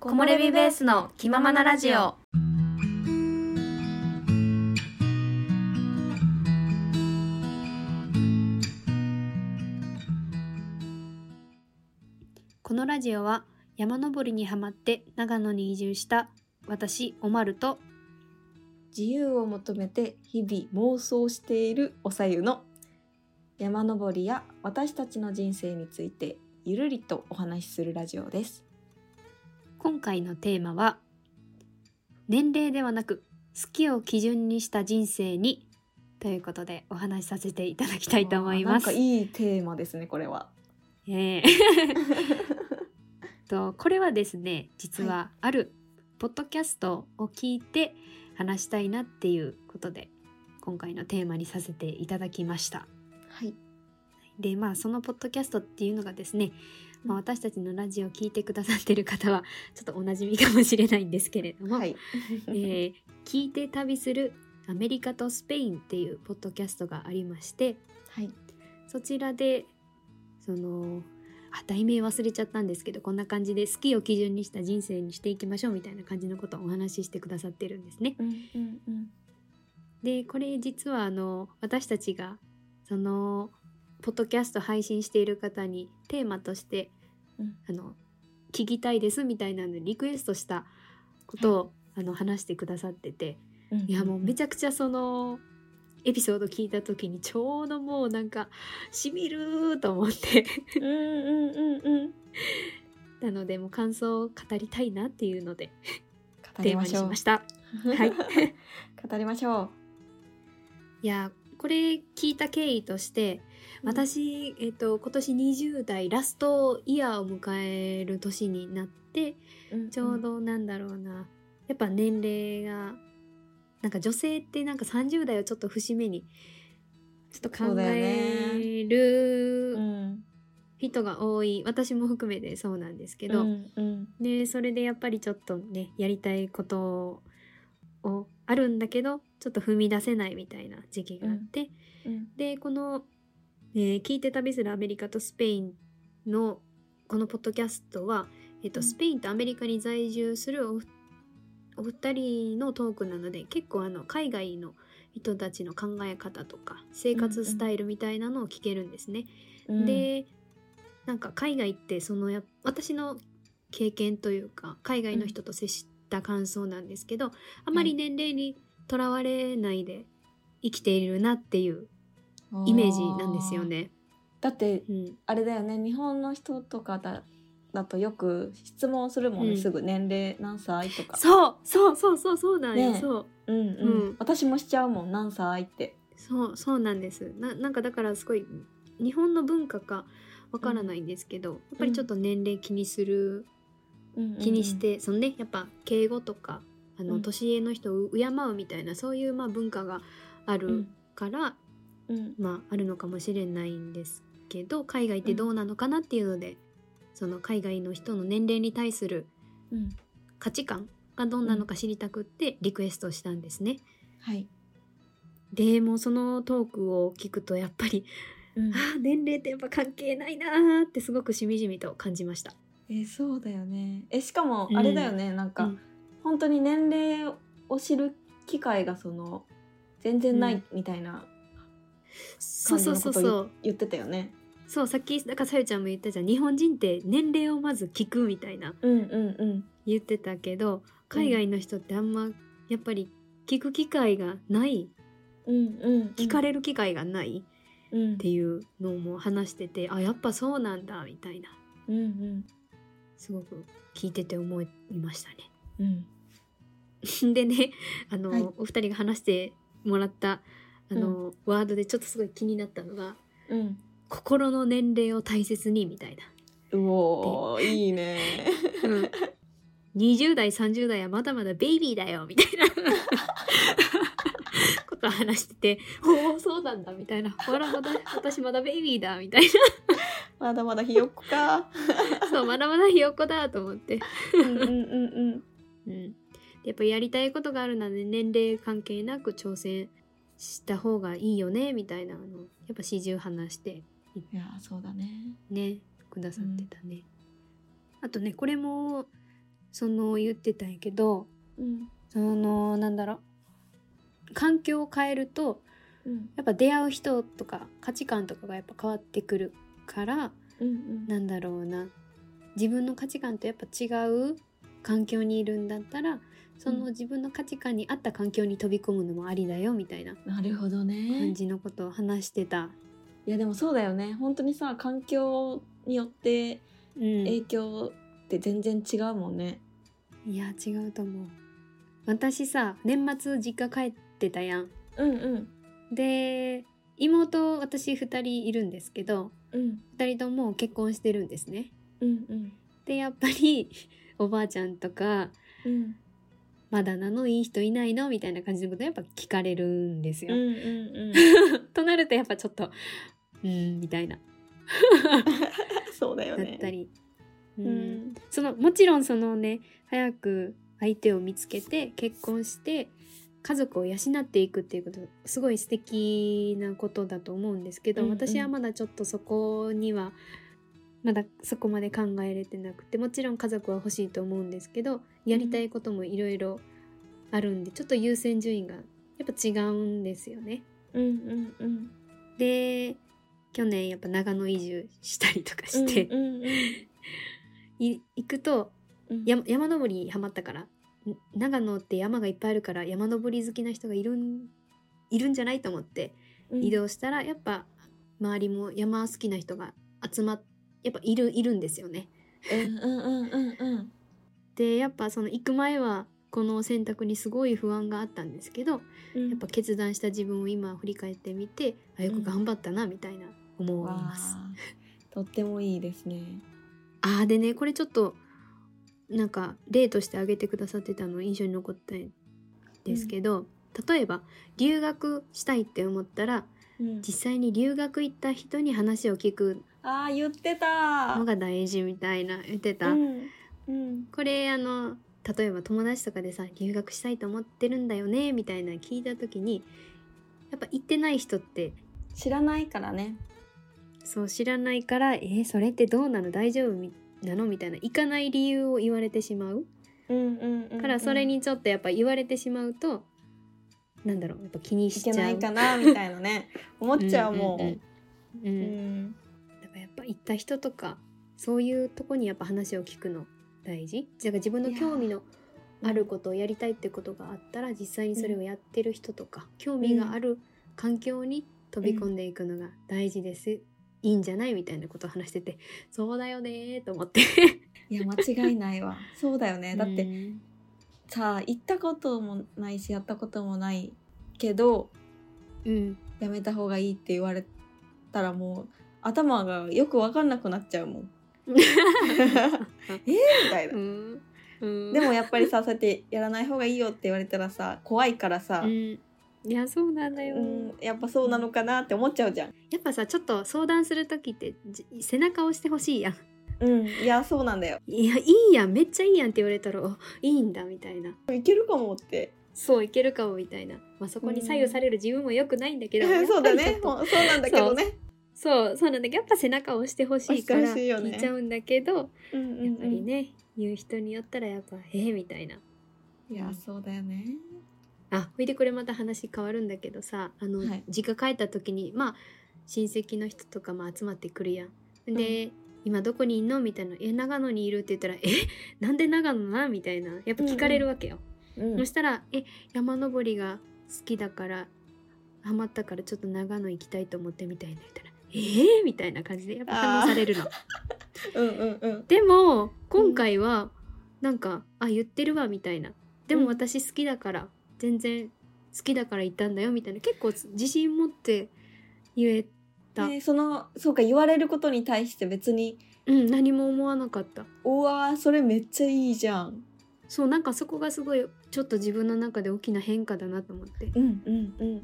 木漏れ日ベースの気ままなラジオ。このラジオは山登りにはまって長野に移住した私おまると自由を求めて日々妄想しているおさゆの山登りや私たちの人生についてゆるりとお話しするラジオです。今回のテーマは年齢ではなく好きを基準にした人生にということでお話しさせていただきたいと思います。あーなんかいいテーマですねこれは。ええとこれはですね実はあるポッドキャストを聞いて話したいなっていうことで今回のテーマにさせていただきました。はい。でまあそのポッドキャストっていうのがですね、まあ、私たちのラジオを聞いてくださってる方はちょっとおなじみかもしれないんですけ れども、はい。えー聞いて旅するアメリカとスペインっていうポッドキャストがありましてはい。そちらでそのあ題名忘れちゃったんですけどこんな感じで好きを基準にした人生にしていきましょうみたいな感じのことをお話ししてくださってるんですね。うんうんうん。でこれ実はあの私たちがそのポッドキャスト配信している方にテーマとして、うんあの聞きたいですみたいなのでリクエストしたことを、あの話してくださってていやもうめちゃゃくちゃそのエピソード聞いた時にちょうどもうなんかしみるーと思ってうんうんうんうん。なのでもう感想を語りたいなっていうので語テーりマまにしょしうま。した。ははいい。語りましょう。 いやこれ聞いた経緯として、私、えっと、今年20代ラストイヤーを迎える年になってんんちょうどなんだろうな、やっぱ年齢がなんか女性ってなんか30代をちょっと節目にちょっとそ考うだよえねるうん人が多い、私も含めてそうなんですけど、うんうんでそれでやっぱりちょっとねやりたいことをあるんだけどちょっと踏み出せないみたいな時期があって、うんでこの、えー聞いて旅するアメリカとスペイン」のこのポッドキャストは、えっとうんスペインとアメリカに在住するおふお二人のトークなので結構あの海外の人たちの考え方とか生活スタイルみたいなのを聞けるんですね。うんでなんか海外ってそのやっ私の経験というか海外の人と接した感想なんですけど、あまり年齢にとらわれないで生きているなっていうイメージなんですよね。だってうん、あれだよね日本の人とかだだとよく質問するもんね、うんすぐ年齢何歳とかそうそうそうそうそうなんよ、ねえそうう、んううんん私もしちゃうもん何歳ってそうそうなんですななんかだからすごい日本の文化かわからないんですけど、やっぱりちょっと年齢気にする気にし、て、そのねやっぱ敬語とかあの、うん年上の人を敬うみたいなそういうまあ文化があうんうるんから、うんうんまああるのかもしれないんですけど海外ってどうなのかなっていうので、その海外の人の年齢に対するうん価値観がどんなのか知りたくってリクエストしたんですね。はい、でもうそのトークを聞くとやっぱり うんああ年齢ってやっぱ関係ないなーってすごくしみじみと感じました。えーそうだよねえしかもうんあれだよね、なんか、うん本当に年齢を知る機会がその全然なうんいみたいなそう感じそうのそこうとそをう。言ってたよねそうさっきだからさゆちゃんも言ったじゃん日本人って年齢をまず聞くみたいなうんうんうん言ってたけど海外の人ってあんまやっぱり聞く機会がないうんうん聞かれる機会がないうんっていうのも話しててあやっぱそうなんだみたいなうんうんすごく聞いてて思いましたね。 うんでねあの、はいお二人が話してもらったあの、ワードでちょっとすごい気になったのがうん心の年齢を大切にみたいなうおーいいねうん20代30代はまだまだベイビーだよみたいな ことを話してて「おおそうなんだ」みたいな「ほらまだ私まだベイビーだ」みたい まだまだひよっこかな「そうまだまだひよっこだ」と思って、うんうんうんうん、やっぱやりたいことがあるので年齢関係なく挑戦した方がいいよねみたいなのをやっぱ始終話してうんいやーそうだねねくださってたね、あとねこれもその言ってたんやけどうんそのなんだろう環境を変えるとうんやっぱ出会う人とか価値観とかがやっぱ変わってくるからうんなんだろうな自分の価値観とやっぱ違う環境にいるんだったらその自分の価値観に合った環境に飛び込むのもありだよみたいななるほど感ねじのことを話してた。いやでもそうだよね本当にさ環境によってうん、影い響って全然違うもんねや違うと思う。私さ年末実家帰ってたやん。うんうんで妹私2人いるんですけどうん2人とも結婚してるんですね。うんうんでやっぱり おばあちゃんとかうんまだ名のいい人いないのみたいな感じのことやっぱ聞かれるんですよ。うんうんうんとなるとやっぱちょっとうんみたいなそうだよだっねたり、ううんんそのもちろんそのね早く相手を見つけて結婚して家族を養っていくっていうことすごい素敵なことだと思うんですけど、うんうん私はまだちょっとそこにはまだそこまで考えれてなくてもちろん家族は欲しいと思うんですけどやりたいこともいろいろあるんでちょっと優先順位がやっぱ違うんですよね。うんうんうんで去年やっぱ長野移住したりとかして、うんうんい行くとうん山山登りにハマったからん長野って山がいっぱいあるから山登り好きな人がいるんいるんじゃないと思ってうん移動したらやっぱ周りも山好きな人が集まっやっぱいるいるんですよね。うんうんうんうんでやっぱその行く前はこの選択にすごい不安があったんですけどうんやっぱ決断した自分を今振り返ってみてあよく頑張ったなみたいな思いわます。あとってもいいですねあーでねこれちょっとなんか例として挙げてくださってたの印象に残ったんですけど、例えば留学したいって思ったらうん実際に留学行った人に話を聞くあー言ってたのが大事みたいな言ってた、うんうんこれあの例えば友達とかでさ留学したいと思ってるんだよねみたいな聞いた時にやっぱ行ってない人って知らないからねそう知らないから「えーそれってどうなの大丈夫みなの?」みたいな行かない理由を言われてしまううんうんうんうんからそれにちょっとやっぱ言われてしまうと、なんだろうやっぱ気にいしちけゃうないかなみたいなね思っちゃうもんんうんうんううんんだからやっぱ行った人とかそういうとこにやっぱ話を聞くの大事だから自分の興味のあることをやりたいってことがあったら実際にそれをやってる人とか、興味がある環境に飛び込んでいくのが大事です、いいんじゃないみたいなことを話しててそうだよねーと思っていや間違いないわ そうだよねだっうてんさあ行ったこともないしやったこともないけどうんやめた方がいいって言われたらもう頭がよく分かんなくなっちゃうも んえー、みたいな、うんうんでもやっぱりさそうやってやらない方がいいよって言われたらさ怖いからさ、うん、いやそうなんだよ、うん、やっぱそうなのかなって思っちゃうじゃん。やっぱさちょっと相談する時ってじ背中を押してほしいやんうん、いやそうなんだよ。いやいいやんめっちゃいいやんって言われたらおいいんだみたいないけるかもって。そういけるかもみたいな、まあ、そこに左右される自分も良くないんだけど、やっぱり そうだちょねっ。ともうそうなんだけどね。そうそうなんだけどやっぱ背中を押してほしいから押してほしいよね聞いちゃうんだけど、うんうんうんやっぱり。ね言う人によったらやっぱ「えーみたいないやそうだよね。あほいでこれまた話変わるんだけどさあの、はい実家帰った時にまあ親戚の人とかも集まってくるやん。で、今どこにいんのみたいな「え長野にいる」って言ったら「え なんで長野な?」みたいなやっぱ聞かれるわけよ。うんそしたら「え山登りが好きだからハマったからちょっと長野行きたいと思ってみたいな」みたいな「えー?」みたいな感じでやっぱ反応されるの。うんうんうん。でも今回はなんか、あ言ってるわみたいなでうもん私好きだから、全然好きだから行ったんだよみたいな結構自信持って言えた、でそのそうか言われることに対して別にうん何も思わなかったうわーそれめっちゃいいじゃん。そうなんかそこがすごいちょっと自分の中で大きな変化だなと思ってうんうんうん。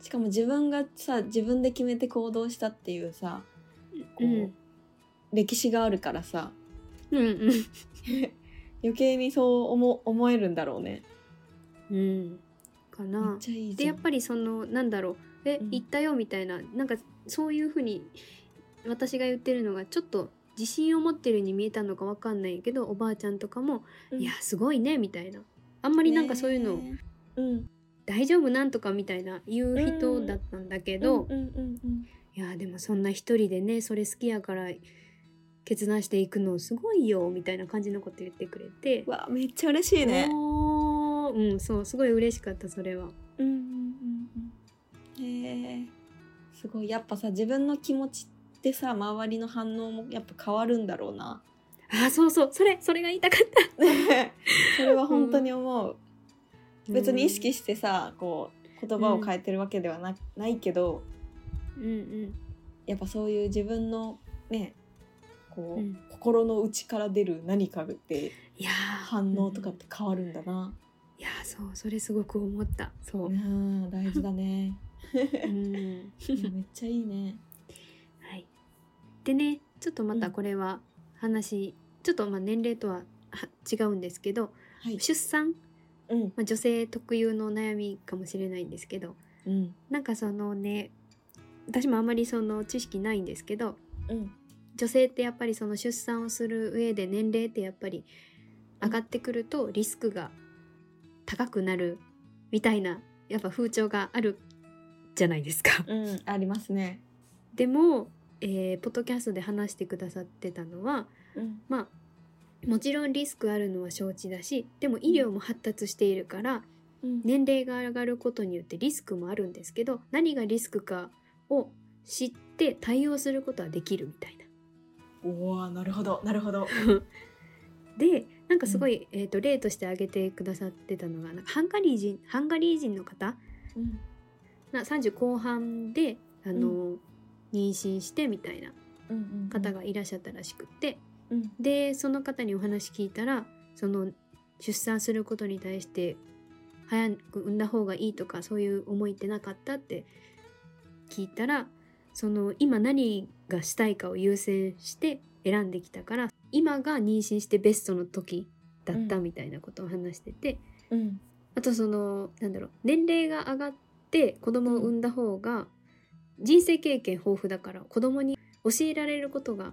しかも自分がさ自分で決めて行動したっていうさこう、うん歴史があるか らさうん余計にそう思思えるんだろうね。うんうんかめなっちゃいいじでゃやん。っぱりそのなんだろうえ、うん行ったよみたいななんかそういうふうに私が言ってるのがちょっと自信を持ってるように見えたのかわかんないけどおばあちゃんとかも「うんいやすごいね」みたいなあんまりなんかそういうの、ねうん大丈夫なんとかみたいな言う人だったんだけど、うんうんうんうんいやでもそんな一人でねそれ好きやから決断していくのすごいよみたいな感じのこと言ってくれてうわめっちゃ嬉しいねおーうんそうすごい嬉しかったそれはうんうんうんうんへえすごいやっぱさ自分の気持ちってさ周りの反応もやっぱ変わるんだろう なあそうそうそれそれが言いたかったそれは本当に思う、別に意識ししてさこう言葉を変えてるわけではな,、ないけどうんうんやっぱそういう自分のねこう、うん心の内から出る何かっていやー反応とかっうんて変わるんだな、いやーそうそれすごく思ったそう、うん、大事だね うんいやめっちゃいいねはい、でねちょっとまたこれは話、ちょっとまあ年齢とはは違うんですけどはい出産、うんまあ、女性特有の悩みかもしれないんですけどうんなんかそのね私もあんまりその知識ないんですけどうん女性ってやっぱりその出産をする上で年齢ってやっぱり上がってくるとリスクが高くなるみたいなやっぱ風潮があるじゃないですか。うんありますねでも、えーポッドキャストで話してくださってたのはうんまあもちろんリスクあるのは承知だしでも医療も発達しているからうん年齢が上がることによってリスクもあるんですけど何がリスクかを知って対応することはできるみたいな。おおなるほどなるほどでなんかすごい、えー、と例として挙げてくださってたのがなんかハンガリー人ハンガリー人の方うんな30後半であの、う妊娠してみたいなうんうん方がいらっしゃったらしくってうんでその方にお話聞いたらその出産することに対して早く産んだ方がいいとかそういう思いってなかったって聞いたらその今何がしたいかを優先して選んできたから今が妊娠してベストの時だったうみたいなことを話してて、うんあとそのなんだろう年齢が上がって子供を産んだ方が人生経験豊富だから子供に教えられることが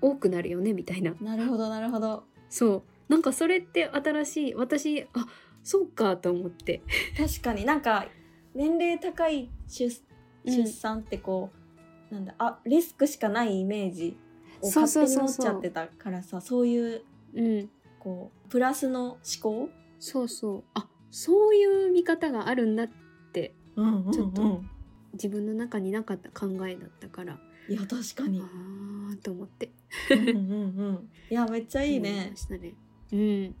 多くなるよねみたいななるほどなるほどそうなんかそれって新しい私あそうかと思って確かになんか年齢高い出うん出産ってこう、なんだあリスクしかないイメージをそう勝そう手にそう持っそうちゃってたからさそういううんこうプラスの思考、そうそうあそういう見方があるんだってちょっとうん自分の中になかった考えだったからいや確かあに、あと思ってうんうんうん、いやめっちゃいい思いねま。したねうん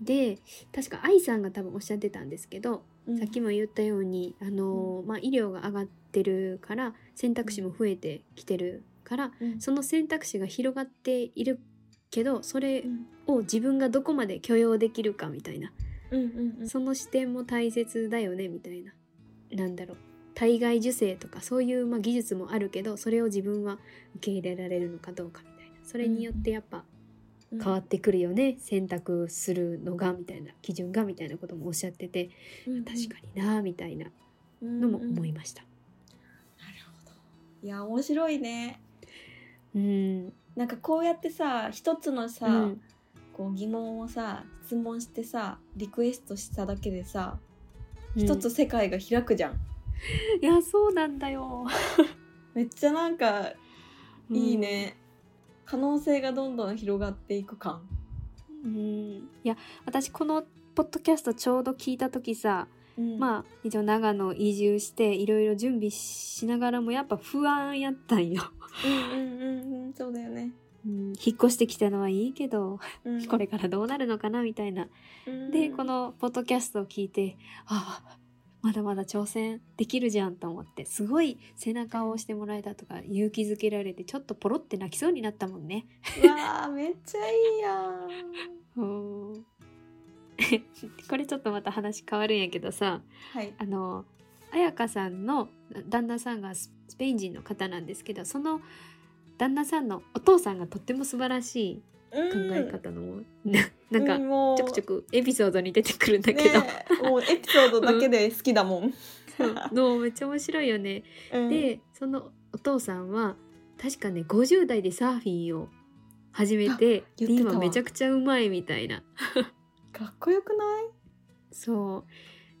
で確か愛さんが多分おっしゃってたんですけど、うんさっきも言ったようにあのー、まあ、医療が上がってるから選択肢も増えてきてるからうんその選択肢が広がっているけどそれうんを自分がどこまで許容できるかみたいな、うんうんうんその視点も大切だよねみたいななんだろう体外受精とかそういう、まあ、技術もあるけどそれを自分は受け入れられるのかどうかみたいなそれによってやっぱうん変わってくるよね、選択するのがみたいな基準がみたいなこともおっしゃっててうん確かになみたいなにのも思いました。なるほどいや面白いねうん、なんかこうやってさ一つのさ、うんこう疑問をさ質問してさリクエストしただけでさ一つ世界が開くじゃん、うんいやそうなんだよ。めっちゃなんか いいね、可能性がどんどん広がっていく感うん。うんいや私このポッドキャストちょうど聞いた時さ、あまあ一応長野移住していろいろ準備しながらもやっぱ不安やったんよ、うんうんうんうんそうだよね、うん、引っ越してきたのはいいけどうんこれからどうなるのかなみたいなうんでこのポッドキャストを聞いてああまだまだ挑戦できるじゃんと思ってすごい背中を押してもらえたとか勇気づけられてちょっとポロって泣きそうになったもんねうわあめっちゃいいやんうん これちょっとまた話変わるんやけどさはいあの彩香さんの旦那さんがススペイン人の方なんですけどその旦那さんのお父さんがとっても素晴らしい考え方の、ななんか、もちょくちょくエピソードに出てくるんだだけど、もうエピソードだけで好きだもん、 そうのめっちゃ面白いよね。 うん、でそのお父さんは確かね50代でサーフィンを始めて言ってたわで今めちゃくちゃうまいみたいなかっこよくないそ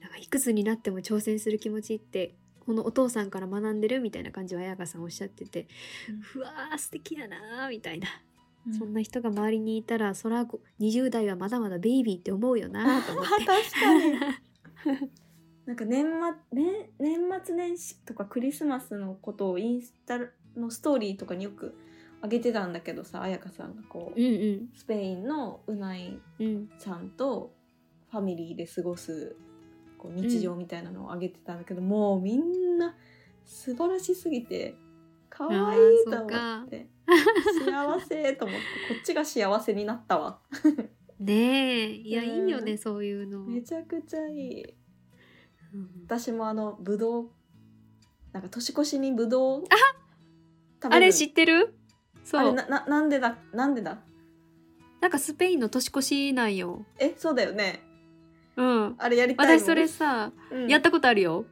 うなんかいくつになっても挑戦する気持ちってこのお父さんから学んでるみたいな感じは彩香さんおっしゃってて、うんふわー素敵やなーみたいな、そんな人が周りにいたらそらこ20代はまだまだベイビーって思うよなーと思って 確かになんか年末年年末年始とかクリスマスのことをインスタのストーリーとかによく上げてたんだけどさ彩香さんがこう、うんスペインのうないうんうんさんとファミリーで過ごすこう日常みたいなのを上げてたんだけど、もうみんな素晴らしすぎて可愛いと思あーそっうて幸せと思ってこっちが幸せになったわねえいや、うんいいよねそういうの、めちゃくちゃいい。うん私もあのぶどうなんか年越しにぶどう食べるあれ知ってるあそれうなななんでだなんでだなんかスペインの年越しなんよえそうだよねうんあれやりたいもん私それ、さ、うんやったことあるよ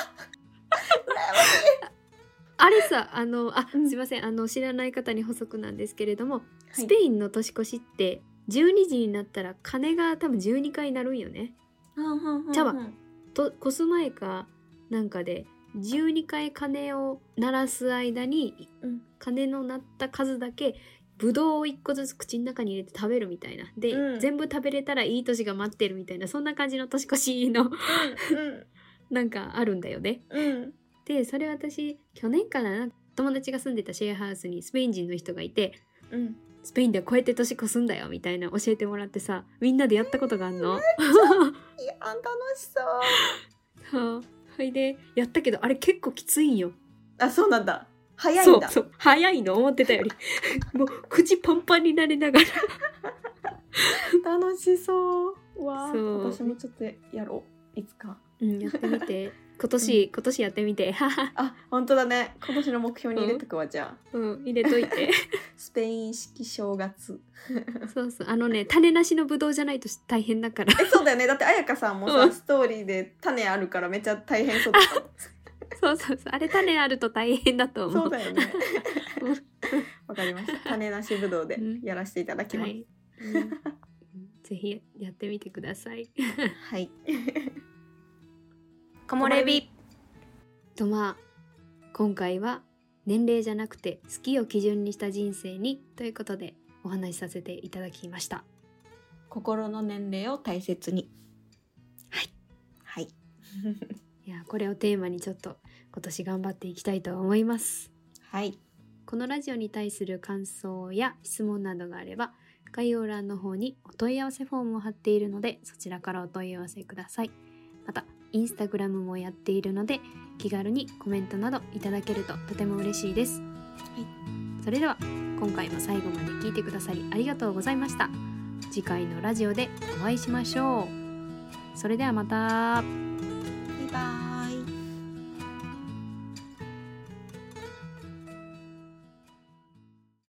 あれさあのあ、うんすいませんあの知らない方に補足なんですけれども、はいスペインの年越しって12時になったら鐘が多分12回鳴るんよね。うんうんうんうん茶碗とコス前かなんかで12回鐘を鳴らす間にうん鐘の鳴った数だけぶどうを1個ずつ口の中に入れて食べるみたいなで、うん全部食べれたらいい年が待ってるみたいなそんな感じの年越しの なんかあるんだよね。うんうんでそれ私去年からな友達が住んでたシェアハウスにスペイン人の人がいてうんスペインではこうやって年越すんだよみたいな教えてもらってさみんなでやったことがあんの。いや楽しそうはあ、それでやったけどあれ結構きついんよあそうなんだ早いんだそうそう早いの思ってたより もう口パンパンになりながら楽しそうわあそう私もちょっとやろういつかうんやってみて今年、今年やってみて はは、あ本当だね今年の目標に入れとくわ、じゃあうん、入れといてスペイン式正月 そうそうあのね種なしのぶどうじゃないと大変だから えそうだよねだって彩香さんもさ、うんストーリーで種あるからめっちゃ大変そうだったもんそうそうそうあれ種あると大変だと思そううだよねうん わかりました種なしぶどうでうんやらせていただきまはすい、うんぜひやってみてくださいはい、木漏れ日とまあ今回は年齢じゃなくて好きを基準にした人生にということでお話しさせていただきました心の年齢を大切にはいはいいやこれをテーマにちょっと今年頑張っていきたいと思いますはいこのラジオに対する感想や質問などがあれば概要欄の方にお問い合わせフォームを貼っているのでそちらからお問い合わせくださいまたインスタグラムもやっているので気軽にコメントなどいただけるととても嬉しいです、それでは今回も最後まで聞いてくださりありがとうございました次回のラジオでお会いしましょうそれではまたバイバイ